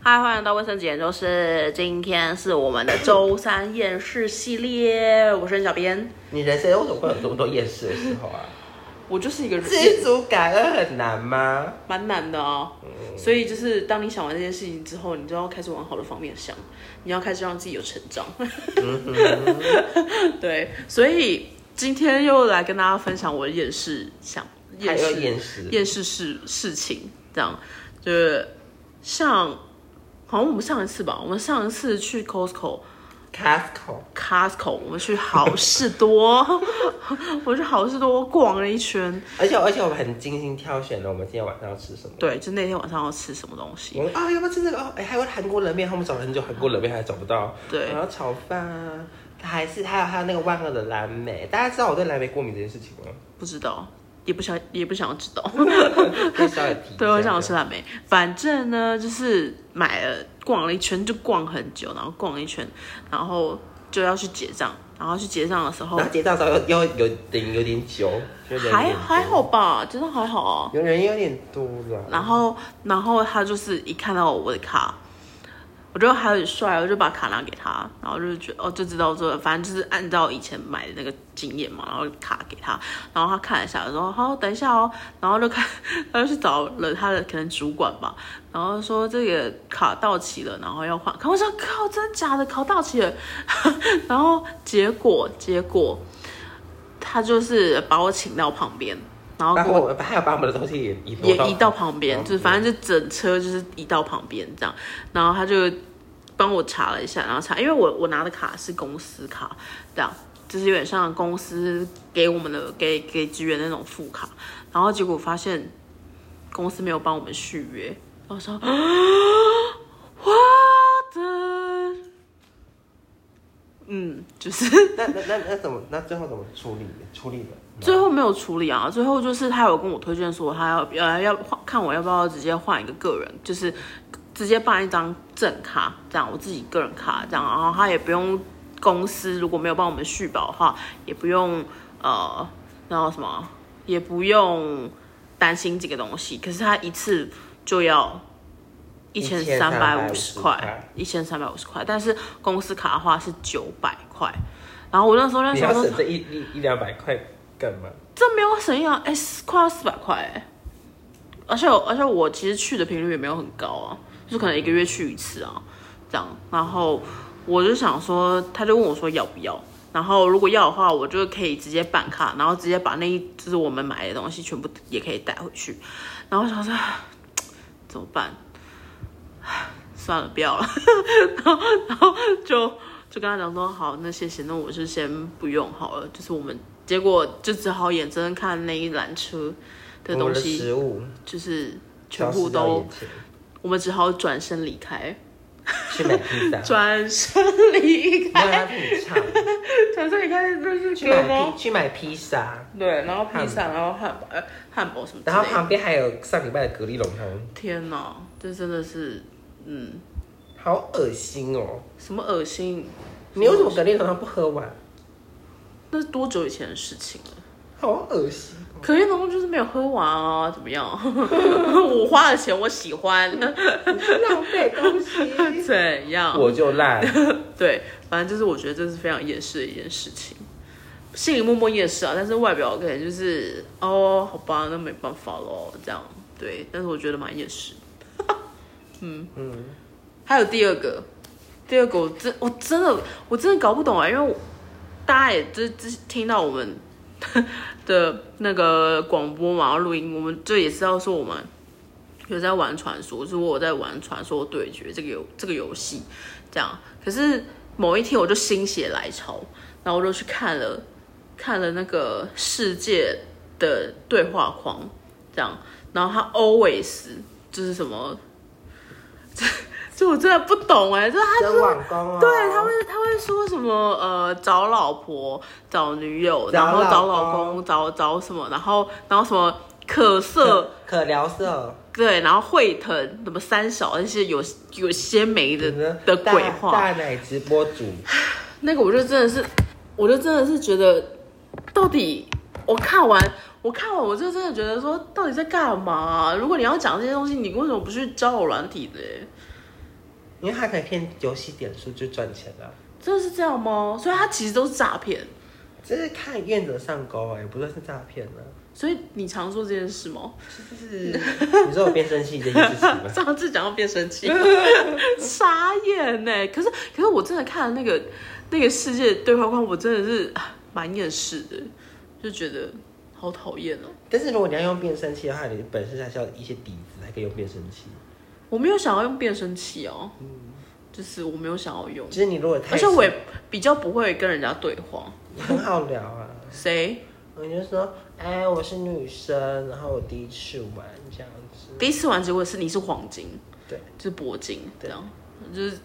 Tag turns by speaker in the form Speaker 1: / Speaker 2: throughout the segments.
Speaker 1: 嗨，欢迎到卫生纸研究室。今天是我们的周三厌世系列，我是小编。
Speaker 2: 你人生为什么会有这么多厌世的时候啊？
Speaker 1: 我就是一个人，
Speaker 2: 知足感恩很难吗？
Speaker 1: 蛮难的哦。所以就是当你想完这件事情之后，你就要开始往好的方面想，你要开始让自己有成长。嗯 对，所以今天又来跟大家分享我的厌世想
Speaker 2: 还
Speaker 1: 厌
Speaker 2: 有
Speaker 1: 世
Speaker 2: 厌世，
Speaker 1: 厌世事事情，这样就是像好像我们上一次吧，我们上一次去 Costco。
Speaker 2: Costco
Speaker 1: Costco，我们去好事 多，我去好事多逛了一圈。
Speaker 2: 而且而且我们很精心挑选了我们今天晚上要吃什么。
Speaker 1: 对，就那天晚上要吃什么东西。
Speaker 2: 我们啊、要不要吃这个？哦，哎、还有韩国冷面，他们找了很久，韩国冷面还找不到。
Speaker 1: 对
Speaker 2: 然后炒饭啊，还是还有还有那个万恶的蓝莓。大家知道我对蓝莓过敏这件事情 吗？
Speaker 1: 不知道，也不想也不想要知道。
Speaker 2: 可以稍微提一下。
Speaker 1: 对，我想吃蓝莓。反正呢，就是买了逛了一圈，就逛很久，然后逛了一圈，然后就要去结账。然后去结账的时候
Speaker 2: 然，后结账的时候又又有点有点久，就人有
Speaker 1: 还
Speaker 2: 点多
Speaker 1: 还好，吧，真的还好啊。
Speaker 2: 有人有点多了。
Speaker 1: 然后，然后他就是一看到我的卡，我觉得还很帅，我就把卡拿给他，然后就觉得哦，就知道这，反正就是按照以前买的那个经验嘛，然后卡给他，然后他看了一下，说好，等一下哦，然后就看，哦他就去找了他的可能主管吧，然后说哦这个卡到期了，然后要换，然后我说靠，真的假的，卡到期了，然后结果结果他就是把我请到旁边，然后
Speaker 2: 然
Speaker 1: 跟
Speaker 2: 后
Speaker 1: 我
Speaker 2: 我们还有把我们的东西也移
Speaker 1: 也
Speaker 2: 挪到
Speaker 1: 移到旁边，
Speaker 2: 旁
Speaker 1: 就是反正就整车就是移到旁边这样，然后他就帮我查了一下，然后查，因为我我拿的卡是公司卡，这样就是有点像公司给我们的给给职员的那种副卡，然后结果发现公司没有帮我们续约，然后我说 啊，我的，嗯，就是。
Speaker 2: 那那那那怎么？那最后怎么处理的？处理的？
Speaker 1: 最后没有处理啊，最后就是他有跟我推荐说他要呃要换看我要不要直接换一个个人，就是直接办一张正卡，这样我自己个人卡这样，然后他也不用公司如果没有帮我们续保的话，也不用呃然后什么也不用担心这个东西，可是他一次就要。一千三百五十块，一千三百五十块，但是公司卡的话是九百块。然后我那时候在
Speaker 2: 你
Speaker 1: 想
Speaker 2: 要
Speaker 1: 说，
Speaker 2: 省这一一一两百块干嘛？
Speaker 1: 这没有省一啊，哎、四快要四百块哎，而且我而且我其实去的频率也没有很高啊，就是可能一个月去一次啊，这样。然后我就想说，他就问我说要不要，然后如果要的话，我就可以直接办卡，然后直接把那一就是我们买的东西全部也可以带回去。然后我想说怎么办？ 算了，不要了。然后然后就就跟他讲说，好，那谢谢，那我是先不用好了。就是我们结果就只好眼睁睁看那一篮车的
Speaker 2: 我
Speaker 1: 东
Speaker 2: 们的
Speaker 1: 西，
Speaker 2: 食物
Speaker 1: 就是全部
Speaker 2: 消失在
Speaker 1: 都
Speaker 2: 眼，前
Speaker 1: 我们只好转身离开，
Speaker 2: 去买披萨，
Speaker 1: 转身离
Speaker 2: 没有
Speaker 1: 开，
Speaker 2: 啊他 自己唱，
Speaker 1: 转身离开那是
Speaker 2: 去
Speaker 1: 歌
Speaker 2: 买
Speaker 1: 吗？
Speaker 2: 披去买披萨，
Speaker 1: 对，然后披萨，然后汉堡，呃，汉堡什么之类的？
Speaker 2: 然后旁边还有上礼拜的蛤蜊龙汤，
Speaker 1: 天哪，这真的是，嗯，
Speaker 2: 好恶心哦！
Speaker 1: 什么恶心？
Speaker 2: 你为什么蛤蜊龙汤不喝完？
Speaker 1: 那是多久以前的事情了？
Speaker 2: 好恶心！
Speaker 1: 可丽龙就是没有喝完啊，怎么样？ 我花的钱我喜欢，
Speaker 2: 浪费东西，
Speaker 1: 怎样？
Speaker 2: 我 就烂。
Speaker 1: 对，反正就是我觉得这是非常厌世的一件事情，心里默默厌世啊，但是外表可能就是哦，好吧，那没办法咯，这样对，但是我觉得蛮厌世。
Speaker 2: 嗯，
Speaker 1: 还有第二个，第二个我真我真的我真的搞不懂啊、因为我大家也就是之听到我们的那个广播嘛，然后录音，我们就也知道说我们有在玩传说，就是我有在玩传说对决这个游这个游戏，这样。可是某一天我就心血来潮，然后我就去看了看了那个世界的对话框，这样，然后他 always 就是什么。 就我真的不懂哎、就是他
Speaker 2: 真网工哦。
Speaker 1: 对，他会他会说什么呃，找老婆、找女友，
Speaker 2: 找
Speaker 1: 然后找
Speaker 2: 老
Speaker 1: 老
Speaker 2: 公
Speaker 1: 公、找找什么，然后然后什么可色
Speaker 2: 可可聊色
Speaker 1: 对，然后会疼什么三小那些有有些没的的
Speaker 2: 大
Speaker 1: 鬼话，
Speaker 2: 大奶直播主，
Speaker 1: 那个我就真的是，我就真的是觉得，到底我看完我看完我就真的觉得说，到底在干嘛啊、如果你要讲这些东西，你为什么不去交友软体的欸？
Speaker 2: 因为他可以骗游戏点数就赚钱啊了、
Speaker 1: 真的是这样吗？所以它其实都是诈骗。
Speaker 2: 这是看愿者上钩啊，也不算是诈骗啊。
Speaker 1: 所以你常做这件事吗？？
Speaker 2: 就是你说我变声器这件事情吗
Speaker 1: 上次讲到变声 器，傻眼呢。可是可是我真的看了那个那个世界对话框，我真的是啊蛮厌世的，就觉得好讨厌哦。
Speaker 2: 但是如果你要用变声器的话，你本身还是要一些底子才可以用变声器。
Speaker 1: 我没有想要用变声器哦，就是我没有想要用，
Speaker 2: 就是你如果太，
Speaker 1: 而且我也比较不会跟人家对话。
Speaker 2: 很好聊啊。
Speaker 1: 谁
Speaker 2: 我就说，哎，我是女生，然后我第一次玩这样子。
Speaker 1: 第一次玩，结果是你是黄金，
Speaker 2: 对，
Speaker 1: 就是铂金这
Speaker 2: 对
Speaker 1: 样，就是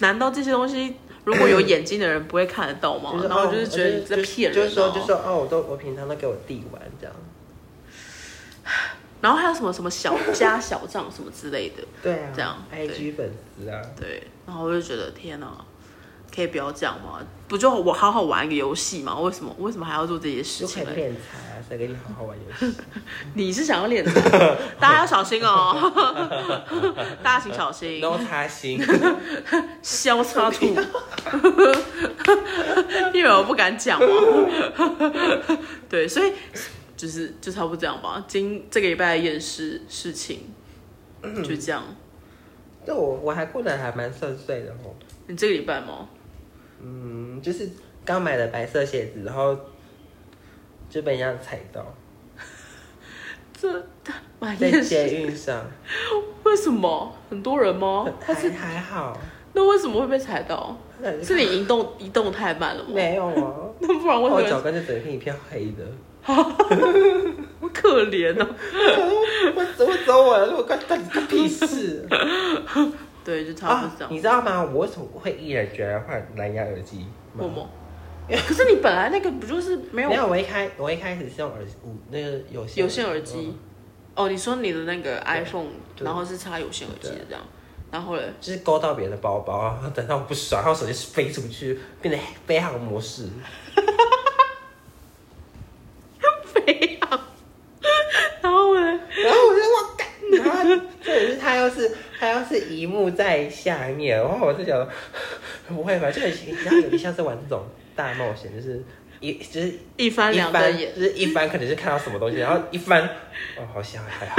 Speaker 1: 难道这些东西如果有眼睛的人不会看得到吗？
Speaker 2: 就是
Speaker 1: 然后
Speaker 2: 哦
Speaker 1: 我就是觉得你在骗人、啊
Speaker 2: 就是说，就是说，哦，我都我平常都给我弟玩这样。
Speaker 1: 然后还有什么什么小加小账什么之类的，
Speaker 2: 对啊，
Speaker 1: 这样对
Speaker 2: ，IG 粉丝啊，
Speaker 1: 对，然后我就觉得天哪、可以不要这样吗？不就我好好玩一个游戏吗？为什么为什么还要做这些事
Speaker 2: 就可
Speaker 1: 情
Speaker 2: 以
Speaker 1: 呢？
Speaker 2: 练财啊，谁跟你好好玩游 戏？
Speaker 1: 你是想要练的，大家要小心哦， 大家请小心，
Speaker 2: no 他心，
Speaker 1: 消叉兔，因为我不敢讲嘛。 对，所以就是就差不多这样吧。今这个礼拜的验尸事情就这样。
Speaker 2: 对我我还过得还蛮顺遂的哦。
Speaker 1: 你这个礼拜吗？
Speaker 2: 嗯，就是刚买的白色鞋子，然后就被人家踩到，
Speaker 1: 这买
Speaker 2: 在
Speaker 1: 验
Speaker 2: 捷
Speaker 1: 尸
Speaker 2: 运上，
Speaker 1: 为什么很多人 吗？
Speaker 2: 还
Speaker 1: 他哦是
Speaker 2: 还好，
Speaker 1: 那为什么会被踩 到？
Speaker 2: 他可能
Speaker 1: 是你移动移动太慢了吗？
Speaker 2: 没有啊。
Speaker 1: 那不然
Speaker 2: 我
Speaker 1: 为什
Speaker 2: 脚
Speaker 1: 么
Speaker 2: 跟就整片一片黑的，
Speaker 1: 好可怜哦呢、
Speaker 2: 我走我走我的路，关关你 屁事
Speaker 1: 对，就差不多
Speaker 2: 啊
Speaker 1: 这！样。
Speaker 2: 你知道吗？我为什么会毅然决然换蓝牙耳机
Speaker 1: 默
Speaker 2: 吗？
Speaker 1: 默，可是你本来那个不就是没有
Speaker 2: 没有，我一开我一开始是用耳无那个有线
Speaker 1: 有线耳机
Speaker 2: 嗯，
Speaker 1: 哦，你说你的那个 iPhone，
Speaker 2: 对
Speaker 1: 然后是插有线耳机的这样，然后嘞，
Speaker 2: 就是勾到别人的包包，然后等到我不爽，然后手机飞出去，变成飞行模式。
Speaker 1: 飞扬，然后嘞，
Speaker 2: 然后我就哇干，然后这也是他要是他要是一幕在下面，然后我就想说 不会吧，就很像有点像是玩这种大冒险，就是一就是
Speaker 1: 一翻
Speaker 2: 一
Speaker 1: 啊两瞪
Speaker 2: 翻
Speaker 1: 眼，
Speaker 2: 就是一翻可能是看到什么东西，然后一翻，哦，好像还好，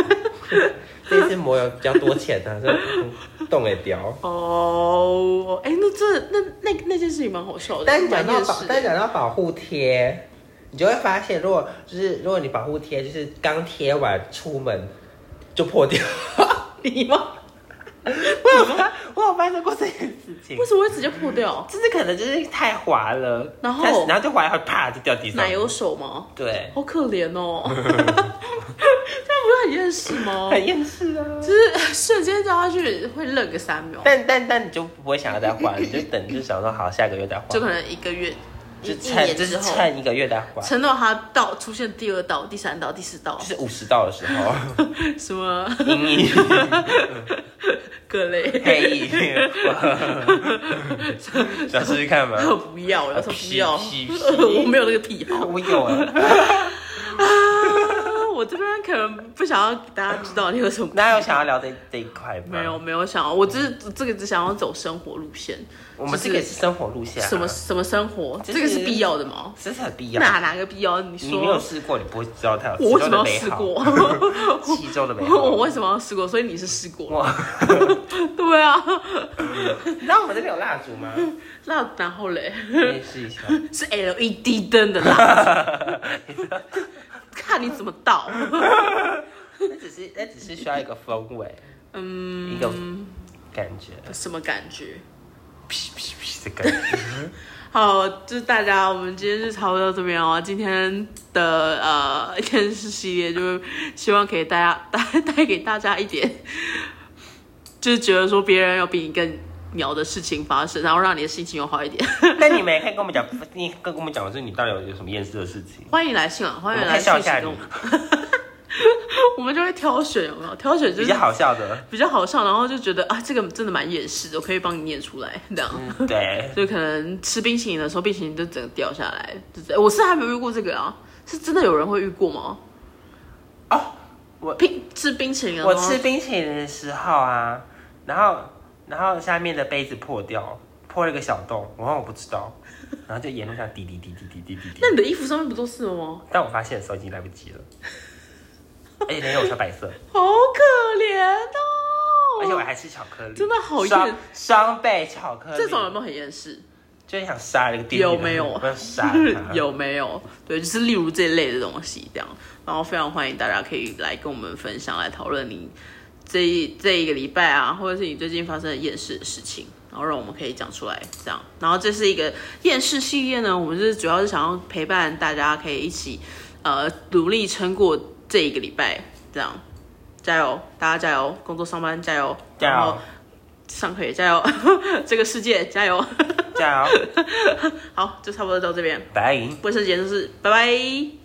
Speaker 2: 这次磨有比较多钱啊，这嗯动也掉。
Speaker 1: 哦，哎，那这那那那件事情蛮好笑的，
Speaker 2: 但讲
Speaker 1: 蛮
Speaker 2: 到
Speaker 1: 厌
Speaker 2: 保
Speaker 1: 世，的
Speaker 2: 但讲到保护贴，你就会发现，如果就是如果你保护贴就是刚贴完出门就破掉，
Speaker 1: 你吗？
Speaker 2: 我有发我有发生过这件事情
Speaker 1: 为，什么会直接破掉？
Speaker 2: 就是可能就是太滑了，
Speaker 1: 然后
Speaker 2: 但是然后就滑一滑，啪就掉地上。
Speaker 1: 奶油手吗？
Speaker 2: 对，
Speaker 1: 好可怜 哦，这样不是很厌世吗？
Speaker 2: 很厌世啊。
Speaker 1: 就是瞬间掉下去会愣个三秒，
Speaker 2: 但但但你就不会想要再换，你就等就想说好下个月再换，
Speaker 1: 就可能一个月。一
Speaker 2: 就
Speaker 1: 一
Speaker 2: 趁
Speaker 1: 年
Speaker 2: 就是
Speaker 1: 之后，
Speaker 2: 趁一个月再换，
Speaker 1: 撑到它到出现第二道、第三道、第四道
Speaker 2: 就，是五十到的时候，
Speaker 1: 什么
Speaker 2: 阴影
Speaker 1: 各 类，
Speaker 2: 黑 影，想试试看吗？
Speaker 1: 我 不要，我说不要，
Speaker 2: 屁屁屁
Speaker 1: 我没有那个癖好
Speaker 2: 我有啊，
Speaker 1: 啊。我这边可能不想要给大家知道你有什么，
Speaker 2: 大家有想要聊这这一块吗？
Speaker 1: 没有，没有想要，我只是这个只想要走生活路线，
Speaker 2: 我们这
Speaker 1: 就
Speaker 2: 个也
Speaker 1: 是
Speaker 2: 是生活路线、啊，
Speaker 1: 什么什么生活，
Speaker 2: 就
Speaker 1: 这
Speaker 2: 是
Speaker 1: 个是必要的吗？
Speaker 2: 这是很必要。
Speaker 1: 哪哪个必要？你
Speaker 2: 你没有
Speaker 1: 说
Speaker 2: 试过，你不会知道它有
Speaker 1: 我为
Speaker 2: 其
Speaker 1: 什
Speaker 2: 中
Speaker 1: 么要
Speaker 2: 的美
Speaker 1: 试
Speaker 2: 好，
Speaker 1: 过？
Speaker 2: 其中的美好。
Speaker 1: 我为什么要试过？所以你是试过，
Speaker 2: 哇，
Speaker 1: 对啊。
Speaker 2: 你知道我们这边有蜡烛吗？
Speaker 1: 那然后嘞，
Speaker 2: 可以试一下。
Speaker 1: 是 LED 灯的啦， 看你怎么倒。
Speaker 2: 那只是那只是需要一个氛围，嗯，一个感觉，
Speaker 1: 什么感觉？
Speaker 2: 屁屁屁的感觉。
Speaker 1: 好，就是大家，我们今天就差不多到这边哦。今天的呃电视系列，就是希望给大家带带给大家一点，就是觉得说别人有比你更鸟的事情发生，然后让你的心情又好一点。
Speaker 2: 但你们也可以跟我们讲，你可以跟我们讲，就是你到底有有什么厌世的事情？
Speaker 1: 欢迎来信啊，
Speaker 2: 我
Speaker 1: 欢迎
Speaker 2: 们
Speaker 1: 来
Speaker 2: 看
Speaker 1: 信
Speaker 2: 笑一下
Speaker 1: 跟
Speaker 2: 你
Speaker 1: 我们，， 我们就会挑选有没有？挑选就
Speaker 2: 比
Speaker 1: 是
Speaker 2: 较好笑的，
Speaker 1: 比较好上，然后就觉得啊，这个真的蛮厌世的，我可以帮你念出来这样。
Speaker 2: 嗯，对。
Speaker 1: 就可能吃冰淇淋的时候，冰淇淋就整个掉下来。就是我是还没有遇过这个啊，是真的有人会遇过吗？
Speaker 2: 哦，我
Speaker 1: 冰吃冰淇淋的
Speaker 2: 我
Speaker 1: 时候
Speaker 2: 吃冰淇淋的时候啊，然后然后下面的杯子破掉，破了一个小洞，我说我不知道，然后就沿路上滴滴滴滴滴滴滴滴
Speaker 1: 那，你的衣服上面不都是吗？
Speaker 2: 但我发现的时候已经来不及了，而且那天我穿白色，
Speaker 1: 好可怜哦！
Speaker 2: 而且我还吃巧克 力，
Speaker 1: 真的好
Speaker 2: 双
Speaker 1: 厌
Speaker 2: 双倍巧克力，
Speaker 1: 这种有没有很厌世？
Speaker 2: 就是想杀那个店
Speaker 1: 有
Speaker 2: 员
Speaker 1: 没有，
Speaker 2: 我啊要啊杀 他
Speaker 1: 有没有？对，就是例如这类的东西这样。然后非常欢迎大家可以来跟我们分享，来讨论你这一这一个礼拜啊，或者是你最近发生的厌世的事情，然后让我们可以讲出来这样。然后这是一个厌世系列呢，我们就是主要是想要陪伴大家，可以一起呃努力撑过这一个礼拜这样。加油，大家加油！工作上班加油，
Speaker 2: 加
Speaker 1: 然
Speaker 2: 油
Speaker 1: 后上课也加油， 这个世界加油！
Speaker 2: 加油，
Speaker 1: 好，就差不多到这边。
Speaker 2: 白银。
Speaker 1: 卫生间就是拜拜。